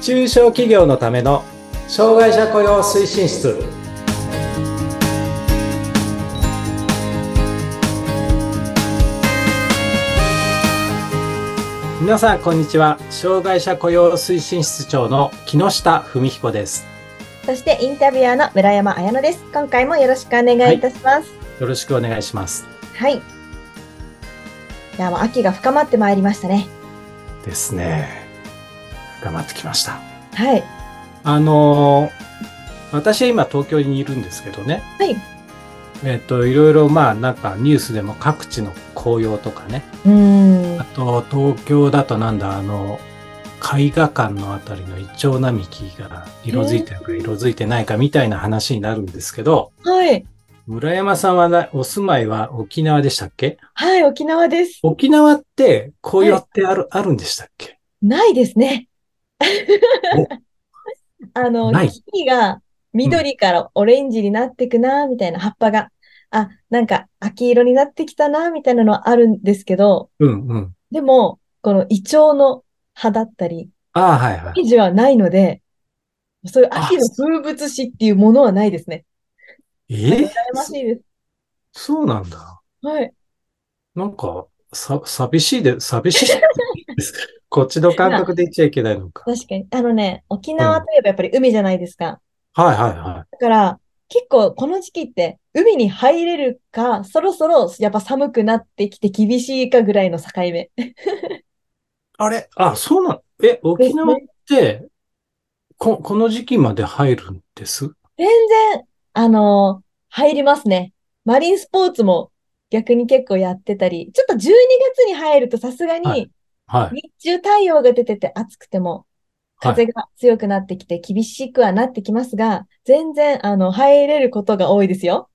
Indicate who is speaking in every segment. Speaker 1: 中小企業のための障害者雇用推進室皆さんこんにちは障害者雇用推進室長の木下文彦です
Speaker 2: そしてインタビュアーの村山彩乃です。今回もよろしくお願いいたします。
Speaker 1: よろしくお願いします
Speaker 2: はい。いや、もう秋が深まってまいりましたね。
Speaker 1: ですね頑張ってきました
Speaker 2: はい。
Speaker 1: あのー私は今東京にいるんですけどね
Speaker 2: はい。
Speaker 1: えっといろいろまあなんかニュースでも各地の紅葉とかね
Speaker 2: うーん
Speaker 1: あ。と、東京だとなんだ、あの、絵画館のあたりのイチョウ並木が色づいてるか色づいてないかみたいな話になるんですけど、
Speaker 2: はい。
Speaker 1: 村山さんはなお住まいは沖縄でしたっけ
Speaker 2: はい、沖縄です。
Speaker 1: 沖縄って紅葉ってある、あるんでしたっけ
Speaker 2: ないですね
Speaker 1: お。
Speaker 2: あの、
Speaker 1: ない
Speaker 2: 木々が緑からオレンジになってくな、みたいな葉っぱが。あ、なんか秋色になってきたな、みたいなのはあるんですけど、
Speaker 1: うんうん。
Speaker 2: でも、このイチョウの葉だったり、
Speaker 1: ああ、はいはい。
Speaker 2: イメージはないので、そういう秋の風物詩っていうものはないですね。
Speaker 1: え
Speaker 2: 羨ましいです。
Speaker 1: そうなんだ。
Speaker 2: はい。
Speaker 1: なんか、さ、寂しいで、寂しいです。 こっちの感覚で言っちゃいけないのか。
Speaker 2: 確かに。あのね、沖縄といえばやっぱり海じゃないですか。
Speaker 1: はいはいは
Speaker 2: だから、結構この時期って海に入れるか、そろそろやっぱ寒くなってきて厳しいかぐらいの境目。
Speaker 1: い。あれあ、そうなのえ、沖縄って、こ、この時期まで入るんです
Speaker 2: 全然、あのー入りますね。マリンスポーツも逆に結構やってたり、ちょっと12月に入るとさすが
Speaker 1: は
Speaker 2: に
Speaker 1: はい。
Speaker 2: 日中太陽が出てて暑くても、
Speaker 1: はい
Speaker 2: 風が強くなってきて厳しくはなってきますが、全然、あの、入れることが多いですよ。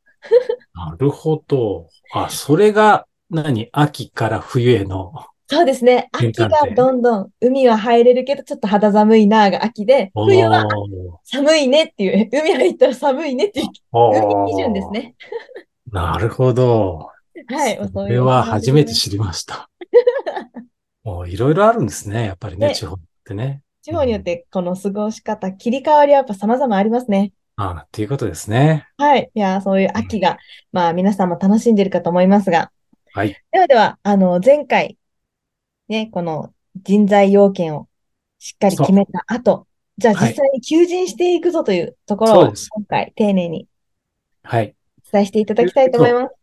Speaker 1: なるほど。あ、それが、何秋から冬への。
Speaker 2: そうですね。
Speaker 1: 玄
Speaker 2: 秋
Speaker 1: 関
Speaker 2: が
Speaker 1: で
Speaker 2: どんどん、海は入れるけど、ちょっと肌寒いなあが秋で、冬は
Speaker 1: お
Speaker 2: 寒いねっていう、 海入ったら寒いねっていう、
Speaker 1: ー
Speaker 2: 海基準です。ね。
Speaker 1: なるほど。
Speaker 2: はい。
Speaker 1: そ
Speaker 2: そういう
Speaker 1: れは初めて
Speaker 2: 地
Speaker 1: 知りま した。もういろいろあるんですね。やっぱりね、
Speaker 2: ね
Speaker 1: 地方ってね。
Speaker 2: 方によって、この過ごし方、切り替わりはやっぱ様々ありますね。
Speaker 1: ああ、っていうことですね。
Speaker 2: はい。いやー、そういう秋が、まあ皆さんも楽しんでるかと思いますが。
Speaker 1: はい。
Speaker 2: ではでは、あの、前回、ね、この人材要件をしっかり決めた後、じゃあ
Speaker 1: はい
Speaker 2: 実際に求人していくぞというところ
Speaker 1: そう
Speaker 2: を、
Speaker 1: です。
Speaker 2: 今回丁寧に
Speaker 1: はい。
Speaker 2: お伝えしていただきたいと思います。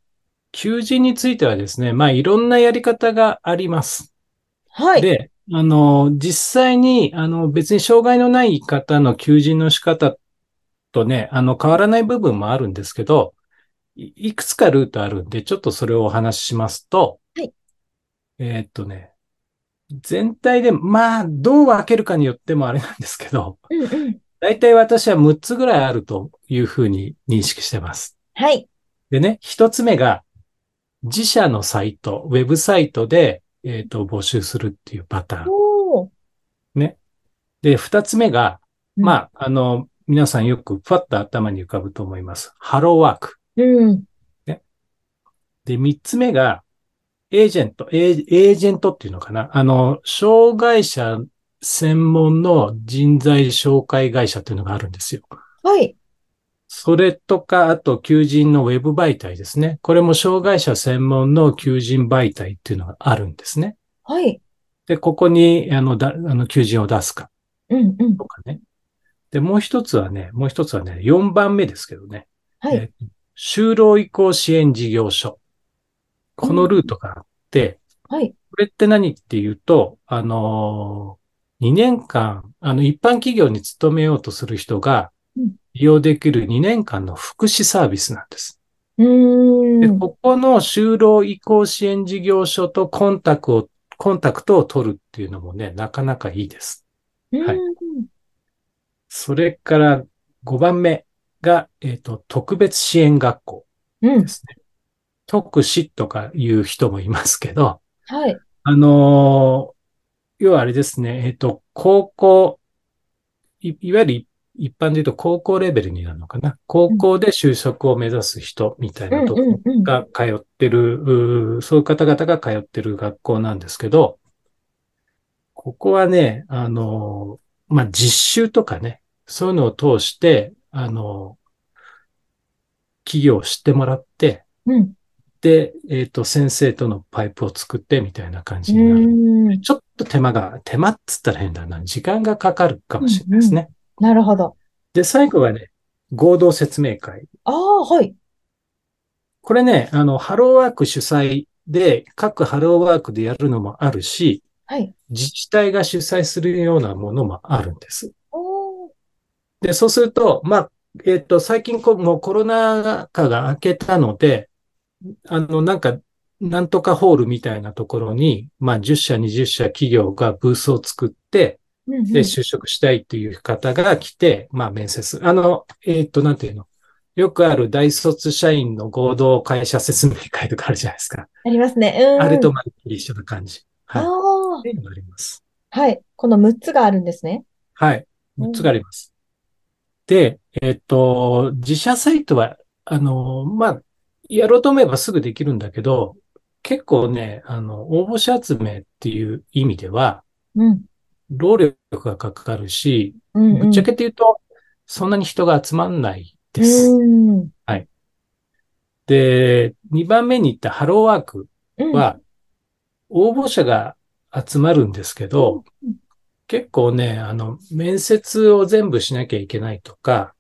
Speaker 1: 求人についてはですね、まあいろんなやり方があります。
Speaker 2: はい。
Speaker 1: で、あの、実際に、あの、別に障害のない方の求人の仕方とね、あの、変わらない部分もあるんですけど、いいくつかルートあるんで、ちょっとそれをお話ししますと、
Speaker 2: はい
Speaker 1: えーっとね、全体で、まあ、どう分けるかによってもあれなんですけど、
Speaker 2: うんうん。
Speaker 1: 大体私は6つぐらいあるというふうに認識してます。
Speaker 2: はい。
Speaker 1: でね、1つ目が、自社のサイト、ウェブサイトで、えーっと、募集するっていうパターン。
Speaker 2: おー。
Speaker 1: で、二つ目が、
Speaker 2: うん
Speaker 1: まあ、あの、皆さんよくふわっと頭に浮かぶと思います。ハローワーク。
Speaker 2: うん。
Speaker 1: で、三つ目が、エージェント、エーエージェントっていうのかな。あの、障害者専門の人材紹介会社っていうのがあるんですよ。
Speaker 2: はい。
Speaker 1: それとか、あと、求人のウェブ媒体ですね。これも障害者専門の求人媒体っていうのがあるんですね。
Speaker 2: はい。
Speaker 1: で、ここに、あの、だあの求人を出すか
Speaker 2: うんうん。
Speaker 1: とかね。で、もう一つはね、もう一つはね、4番目ですけどね。
Speaker 2: はい。
Speaker 1: えー就労移行支援事業所。このルートがあって、
Speaker 2: はい。
Speaker 1: これって何っていうと、あのー、2年間、あの、一般企業に勤めようとする人が
Speaker 2: うん
Speaker 1: 利用できる2年間の福祉サービスなんです。
Speaker 2: う
Speaker 1: で、
Speaker 2: ーん。
Speaker 1: ここの就労移行支援事業所とコンタクトを、コンタクトを取るっていうのもね、なかなかいいです。はい
Speaker 2: うん
Speaker 1: それから5番目が、えっ、と、特別支援学校
Speaker 2: うん
Speaker 1: で。すね。特使とかいう人もいますけど、
Speaker 2: はい。
Speaker 1: あのー要はあれですね、えっ、と、高校い、いわゆる一一般で言うと高校レベルになるのかな。高校で就職を目指す人みたいなとこ
Speaker 2: うんうん
Speaker 1: が通ってる、うーそういう方々が通ってる学校なんですけど、ここはね、あの、まあ、実習とかね、そういうのを通して、あの、企業を知ってもらって、
Speaker 2: うん。うん。
Speaker 1: で、えっ、と、先生とのパイプを作ってみたいな感じになる。
Speaker 2: うん。
Speaker 1: ちょっと手間が、手間っつったら変だな。時間がかかるかもしれないですね。
Speaker 2: なるほど。
Speaker 1: で、最後はね、合同説明会。
Speaker 2: ああ、はい。
Speaker 1: これね、あの、ハローワーク主催で、各ハローワークでやるのもあるし、
Speaker 2: はい。
Speaker 1: 自治体が主催するようなものもあるんです。
Speaker 2: おー
Speaker 1: で、そうすると、まあ、えっ、と、最近こうもうコロナ禍が明けたので、あの、なんか、なんとかホールみたいなところに、まあ、10社、20社企業がブースを作って、
Speaker 2: うんうん
Speaker 1: で、就職したいっていう方が来て、まあ面接。あの、えーっと、なんていうのよくある大卒社員の合同会社説明会とかあるじゃないですか。
Speaker 2: ありますね。うん。
Speaker 1: あれとまるっきり一緒な感じ。はい。っ
Speaker 2: あ
Speaker 1: ていうのがあります。
Speaker 2: あ、はい。この6つがあるんですね。
Speaker 1: はい。
Speaker 2: うん
Speaker 1: 6つがあります。で、えーっと、自社サイトは、あの、まあ、やろうと思えばすぐできるんだけど、結構ね、あの、応募者集めっていう意味では、
Speaker 2: うん。
Speaker 1: 労力がかかるし、
Speaker 2: うん、うん。
Speaker 1: ぶっちゃけて言うと、そんなに人が集まんないです。
Speaker 2: うん。
Speaker 1: で、2番目に言ったハローワーク
Speaker 2: うん。
Speaker 1: は、応募者が集まるんですけど
Speaker 2: うん、
Speaker 1: 結構ね、あの、面接を全部しなきゃいけないとか、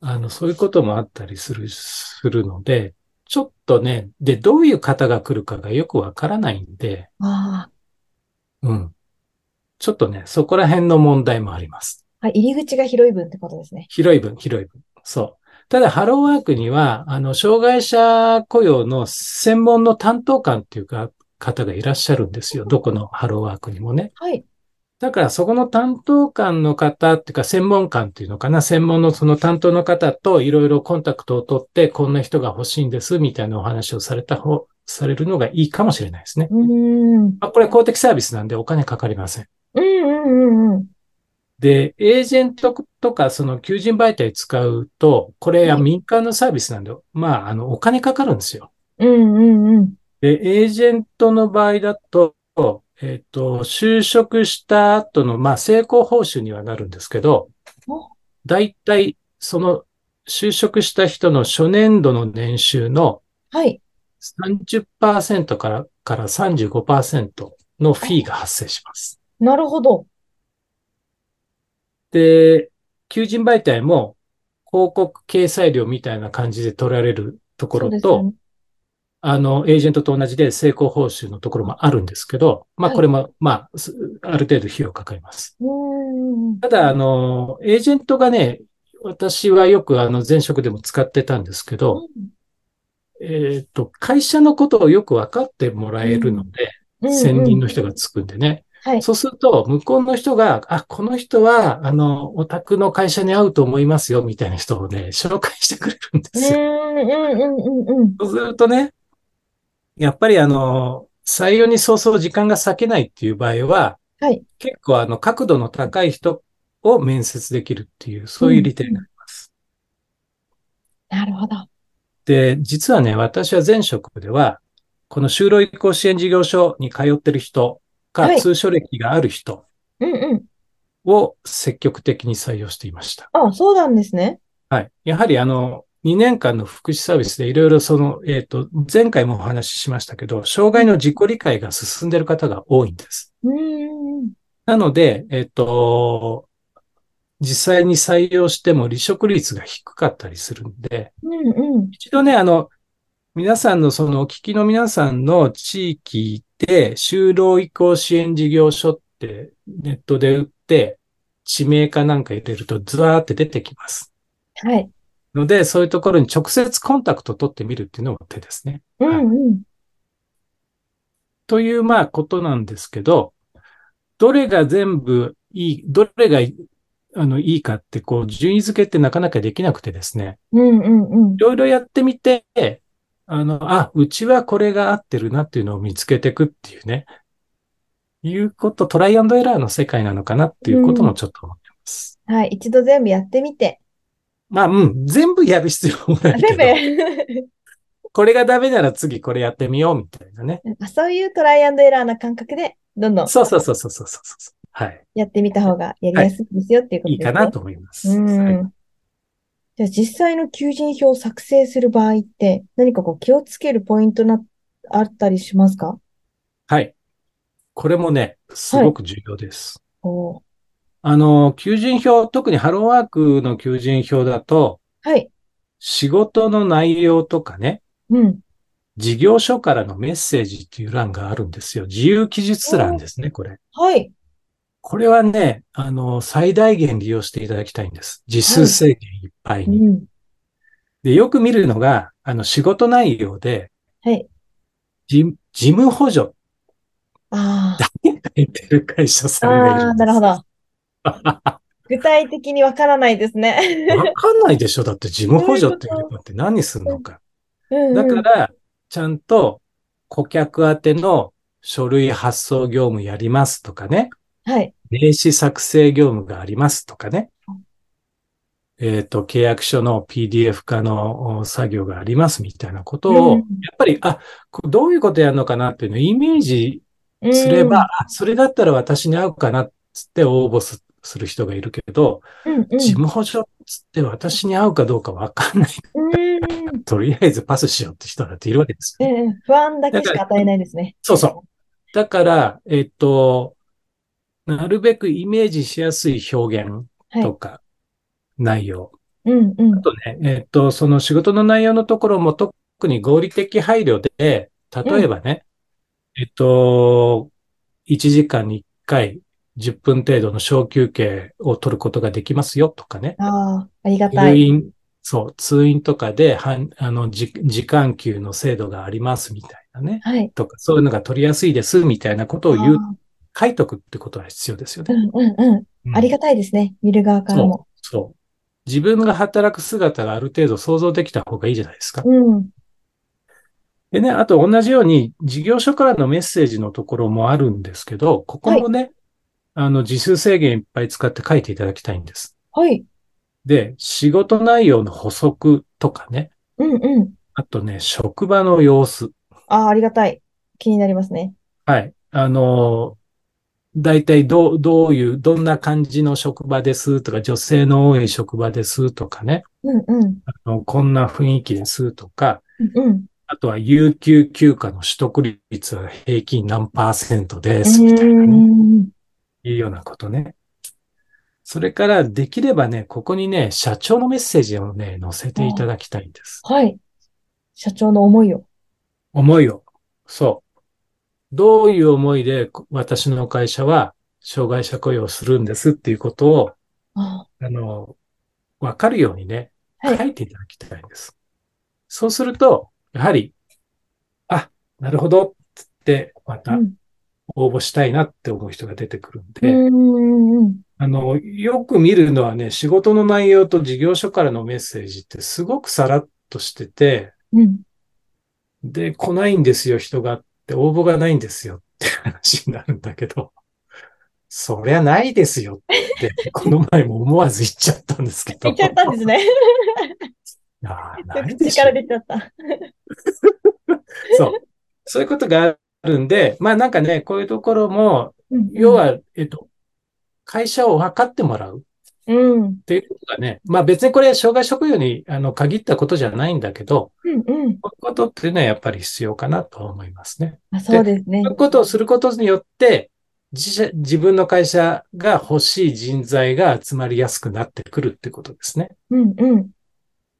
Speaker 1: あの、そういうこともあったりする、するので、ちょっとね、で、どういう方が来るかがよくわからないんで、
Speaker 2: あ
Speaker 1: うん。ちょっとね、そこら辺の問題もあります。
Speaker 2: あ。はい。入り口が広い分ってことですね。
Speaker 1: 広い分、広い分。そう。ただ、ハローワークには、あの、障害者雇用の専門の担当官っていうか、方がいらっしゃるんですよ。どこのハローワークにもね。
Speaker 2: はい。
Speaker 1: だから、そこの担当官の方っていうか、専門官っていうのかな。専門のその担当の方といろいろコンタクトを取って、こんな人が欲しいんです、みたいなお話をされた方、されるのがいいかもしれないですね。
Speaker 2: うーん。うん
Speaker 1: まあ、これ公的サービスなんでお金かかりません。
Speaker 2: うんうんうん。
Speaker 1: で、エージェントとか、その求人媒体使うと、これは
Speaker 2: はい
Speaker 1: 民間のサービスなんで、まあ、あの、お金かかるんですよ。
Speaker 2: うんうんうん。
Speaker 1: で、エージェントの場合だと、えっと、就職した後の、まあ、成功報酬にはなるんですけど
Speaker 2: お、
Speaker 1: だいたい、その、就職した人の初年度の年収の
Speaker 2: はい。
Speaker 1: 30%から、から35%のフィーが発生します。
Speaker 2: なるほど。
Speaker 1: で、求人媒体も広告掲載料みたいな感じで取られるとこ
Speaker 2: そうで
Speaker 1: ろ
Speaker 2: すよ
Speaker 1: と、
Speaker 2: ね。
Speaker 1: あの、エージェントと同じで成功報酬のところもあるんですけど、まあ
Speaker 2: はい
Speaker 1: これも、まあ、すある程度費用かかります。
Speaker 2: うーん。
Speaker 1: ただ、あの、エージェントがね、私はよくあの前職でも使ってたんですけど、えっと、会社のことをよく分かってもらえるので、専任の人
Speaker 2: が。
Speaker 1: がつくんでね。
Speaker 2: はい。
Speaker 1: そうすると、向こうの人が、あ、この人は、あの、お宅の会社に合うと思いますよ、みたいな人をね、紹介してくれるんで
Speaker 2: う
Speaker 1: すよ。
Speaker 2: ーんうんうんうんうん。
Speaker 1: そうするとね、やっぱりあの、採用にそうそう時間が割けないっていう場合は、
Speaker 2: はい。
Speaker 1: 結構あの、角度の高い人を面接できるっていう、そういう利点があります。
Speaker 2: なるほど。
Speaker 1: で、実はね、私は前職では、この就労移行支援事業所に通ってる人
Speaker 2: は
Speaker 1: か、
Speaker 2: い
Speaker 1: 通所歴がある人
Speaker 2: うんうん。
Speaker 1: を積極的に採用していました。
Speaker 2: あ、そうなんですね。
Speaker 1: はい。やはりあの、2年間の福祉サービスでいろいろその、えっと、前回もお話ししましたけど、障害の自己理解が進んでいる方が多いんです。
Speaker 2: うーん。
Speaker 1: なので、えっと、実際に採用しても離職率が低かったりするんで、
Speaker 2: うんうん。
Speaker 1: 一度ね、あの、皆さんのその、お聞きの皆さんの地域で、就労移行支援事業所ってネットで打って、地名かなんか入れるとズワーって出てきます。
Speaker 2: はい。
Speaker 1: ので、そういうところに直接コンタクトを取ってみるっていうのも手ですね。
Speaker 2: うんうん。
Speaker 1: という、まあ、ことなんですけど、どれが全部いい、どれがいあのいいかって、こう、順位付けってなかなかできなくてですね、
Speaker 2: うんうんうん
Speaker 1: い。ろいろやってみて、あの、あ、うちはこれが合ってるなっていうのを見つけていくっていうね、いうこと、トライアンドエラーの世界なのかなっていうこともちょっと思ってます。ます。
Speaker 2: はい。一度全部やってみて。
Speaker 1: まあ、うん、全部やる必要もな
Speaker 2: あ
Speaker 1: いけ
Speaker 2: 全部
Speaker 1: ど、
Speaker 2: やる
Speaker 1: これがダメなら次これやってみようみたいなね。
Speaker 2: あそういうトライアンドエラーな感覚で、どんどん
Speaker 1: そうそうそうそうそうそうそう。はい。
Speaker 2: やってみた方がやりやすいですよっていうこと
Speaker 1: い
Speaker 2: で
Speaker 1: い
Speaker 2: すね。
Speaker 1: かなと思います。は
Speaker 2: う
Speaker 1: い
Speaker 2: ん。じゃあ実際の求人票を作成する場合って何かこう気をつけるポイントな、あったりしますか
Speaker 1: はい。これもね、すごく重要です。
Speaker 2: おー
Speaker 1: あの、求人票、特にハローワークの求人票だと、
Speaker 2: はい。
Speaker 1: 仕事の内容とかね、
Speaker 2: うん。
Speaker 1: 事業所からのメッセージっていう欄があるんですよ。自由記述欄ですね、これ。
Speaker 2: はい。
Speaker 1: これはね、あの、最大限利用していただきたいんです。実数制限いっぱいうに。
Speaker 2: ん。
Speaker 1: で、よく見るのが、あの、仕事内容で、
Speaker 2: はい。
Speaker 1: 事事務補助って
Speaker 2: ああ。
Speaker 1: 言ってる会社さんがい
Speaker 2: あ
Speaker 1: る
Speaker 2: あ、
Speaker 1: んで
Speaker 2: な
Speaker 1: す。
Speaker 2: るほど。
Speaker 1: わ
Speaker 2: 具体的にわからないですね。
Speaker 1: かんないでしょだって事務補助って言うのって何するのか。
Speaker 2: うん
Speaker 1: だ
Speaker 2: う
Speaker 1: か
Speaker 2: ん
Speaker 1: ら、ちゃんと顧客宛ての書類発送業務やりますとかね。
Speaker 2: はい。
Speaker 1: 名刺作成業務がありますとかね
Speaker 2: う。
Speaker 1: えっ、と、契約書の PDF 化のお作業がありますみたいなこと
Speaker 2: う
Speaker 1: を、
Speaker 2: ん
Speaker 1: やっぱり、あ、こどういうことやるのかなっていうのをイメージすれば、あそれだったら私に合うかなっつって応募すする人がいるけど、
Speaker 2: うん、うん、うん。
Speaker 1: 事務補助っつって私に合うかどうかわかんない。
Speaker 2: うん
Speaker 1: とりあえずパスしようって人だっているわけですよね。
Speaker 2: うん不安だけしか与えないですね。
Speaker 1: そうそう。だから、えっと、なるべくイメージしやすい表現とか、内容。
Speaker 2: うん、うん
Speaker 1: あ。とね、えっと、その仕事の内容のところも特に合理的配慮で、例えばね、えっと、1時間に1回10分程度の小休憩を取ることができますよとかね、
Speaker 2: ああ、ありがた
Speaker 1: 通
Speaker 2: い。
Speaker 1: 院、そう、通院とかで、はんあの、じ時間給の制度がありますみたいなね。
Speaker 2: はい。
Speaker 1: とか、そういうのが取りやすいです、みたいなことを言う、
Speaker 2: あ
Speaker 1: 書いとくってことは必要ですよ
Speaker 2: ーう
Speaker 1: ね。
Speaker 2: ん、うん、うん。
Speaker 1: うん
Speaker 2: ありがたいですね。見る側からも。
Speaker 1: そう。自分が働く姿がある程度想像できた方がいいじゃないですか。
Speaker 2: うん。
Speaker 1: でね、あと同じように、事業所からのメッセージのところもあるんですけど、ここもね、あの、時数制限いっぱい使って書いていただきたいんです。
Speaker 2: はい。
Speaker 1: で、仕事内容の補足とかね、
Speaker 2: うん、うん。
Speaker 1: あとね、職場の様子。
Speaker 2: ああ、ありがたい。気になりますね。
Speaker 1: はい。あの、大体どう、どういう、どんな感じの職場ですとか、女性の多い職場ですとかね、
Speaker 2: うん、うん。
Speaker 1: あのこんな雰囲気ですとか、
Speaker 2: うん。
Speaker 1: あとは有給休暇の取得率は平均何パーセントで
Speaker 2: う
Speaker 1: すみたいな、ね、
Speaker 2: ん。
Speaker 1: いうようなことね。それから、できればね、ここにね、社長のメッセージをね、載せていただきたいんです。
Speaker 2: はい。社長の思いを。
Speaker 1: 思いを。そう。どういう思いでこ私の会社は障害者雇用をするんですっていうことを、
Speaker 2: あ
Speaker 1: あの、わかるようにね、
Speaker 2: あはい。
Speaker 1: 書いていただきたいんです。そうすると、やはり、あ、なるほど、つって、また
Speaker 2: うん
Speaker 1: 応募したいなって思う人が出てくるんで、
Speaker 2: うん、うん、うん。
Speaker 1: あの、よく見るのはね、仕事の内容と事業所からのメッセージってすごくさらっとしてて、
Speaker 2: うん。
Speaker 1: で、来ないんですよ、人がって、応募がないんですよって話になるんだけど、そりゃないですよって、この前も思わず言っちゃったんですけど。
Speaker 2: 言っちゃったんですね。
Speaker 1: あーないで
Speaker 2: 口
Speaker 1: し
Speaker 2: か
Speaker 1: ょ
Speaker 2: ら出ちゃった。
Speaker 1: そう。そういうことがあるんで、まあなんかね、こういうところも、
Speaker 2: うんうん
Speaker 1: 要、は、えっと、会社を分かってもらうっ
Speaker 2: うん。うん、
Speaker 1: ていうことがね、まあ別にこれ、障害職業にあの限ったことじゃないんだけど、
Speaker 2: うん。
Speaker 1: こういうことっていうのはやっぱり必要かなと思いますね。
Speaker 2: あそうですね
Speaker 1: そうい。うことをすることによって、自社自分の会社が欲しい人材が集まりやすくなってくるってことですね。
Speaker 2: うんうん。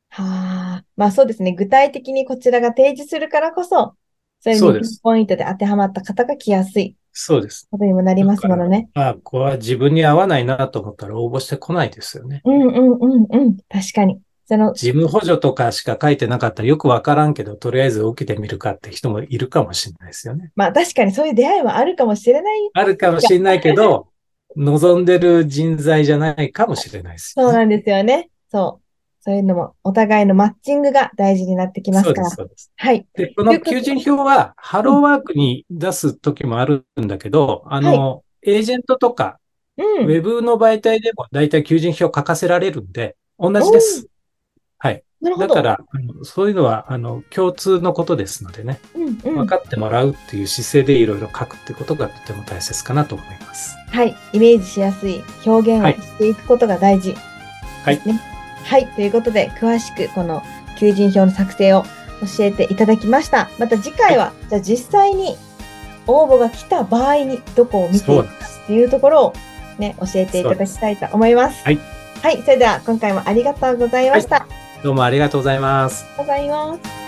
Speaker 2: はあ。まあそうですね。具体的にこちらが提示するからこそ、それ
Speaker 1: そう
Speaker 2: に
Speaker 1: で
Speaker 2: ピ
Speaker 1: す
Speaker 2: ンポイントで当てはまった方が来やすい
Speaker 1: そうです。
Speaker 2: ことにもなりますものね。
Speaker 1: まあ、ここは自分に合わないなと思ったら応募してこないですよね。
Speaker 2: うんうんうんうん。確かに。その、
Speaker 1: 事務補助とかしか書いてなかったらよくわからんけど、とりあえず受けてみるかって人もいるかもしれないですよね。
Speaker 2: まあ確かにそういう出会いはあるかもしれない。
Speaker 1: あるかもしれないけど、望んでる人材じゃないかもしれないです
Speaker 2: そう
Speaker 1: よね。
Speaker 2: なんですよね。そう。そういうのも、お互いのマッチングが大事になってきます
Speaker 1: そう
Speaker 2: か
Speaker 1: で
Speaker 2: ら。
Speaker 1: す、そうです。
Speaker 2: はい。
Speaker 1: で、この求人票は、ハローワークに出す時もあるんだけど、あの、エージェントとか、
Speaker 2: う
Speaker 1: ウ
Speaker 2: ん。
Speaker 1: ェブの媒体でもだいたい求人票書かせられるんで、同じです。はい。
Speaker 2: なるほ
Speaker 1: だ
Speaker 2: ど。
Speaker 1: から、あのそういうのは、あの、共通のことですのでね、
Speaker 2: うんうん。
Speaker 1: 分かってもらうっていう姿勢でいろいろ書くってことがとても大切かなと思います。
Speaker 2: はい。イメージしやすい表現をしていくことが大事
Speaker 1: はい
Speaker 2: ですね。はい。ということで、詳しくこの求人票の作成を教えていただきました。また次回は、じゃあ実際に応募が来た場合にどこを見てい
Speaker 1: そう
Speaker 2: く
Speaker 1: なんです。
Speaker 2: っていうところをね、教えていただきたいと思います。
Speaker 1: そうで
Speaker 2: はい。それでは今回もありがとうございました。あり
Speaker 1: どうもありがとうございます。
Speaker 2: がとうございます。